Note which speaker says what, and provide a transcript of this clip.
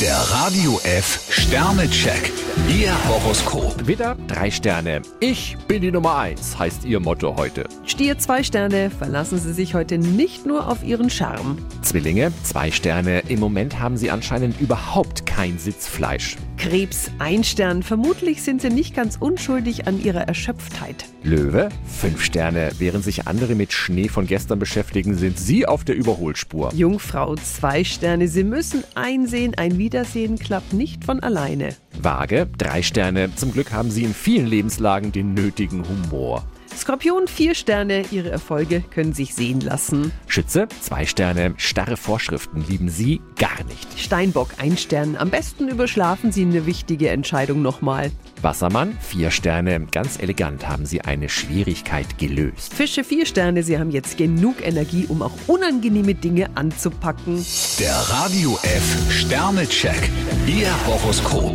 Speaker 1: Der Radio F Sternecheck. Ihr Horoskop.
Speaker 2: Widder, drei Sterne. Ich bin die Nummer eins, heißt Ihr Motto heute.
Speaker 3: Stier zwei Sterne, verlassen Sie sich heute nicht nur auf Ihren Charme.
Speaker 2: Zwillinge, zwei Sterne. Im Moment haben Sie anscheinend überhaupt kein Sitzfleisch.
Speaker 3: Krebs ein Stern, vermutlich sind Sie nicht ganz unschuldig an Ihrer Erschöpftheit.
Speaker 2: Löwe, fünf Sterne. Während sich andere mit Schnee von gestern beschäftigen, sind Sie auf der Überholspur.
Speaker 3: Jungfrau zwei Sterne, Sie müssen einsehen, ein Wiedersehen klappt nicht von alleine.
Speaker 2: Waage, drei Sterne. Zum Glück haben Sie in vielen Lebenslagen den nötigen Humor.
Speaker 3: Skorpion vier Sterne, Ihre Erfolge können sich sehen lassen.
Speaker 2: Schütze, zwei Sterne. Starre Vorschriften lieben Sie gar nicht.
Speaker 3: Steinbock ein Stern, am besten überschlafen Sie eine wichtige Entscheidung nochmal.
Speaker 2: Wassermann, vier Sterne. Ganz elegant haben Sie eine Schwierigkeit gelöst.
Speaker 3: Fische vier Sterne, Sie haben jetzt genug Energie, um auch unangenehme Dinge anzupacken.
Speaker 1: Der Radio F Sternecheck. Ihr Horoskop.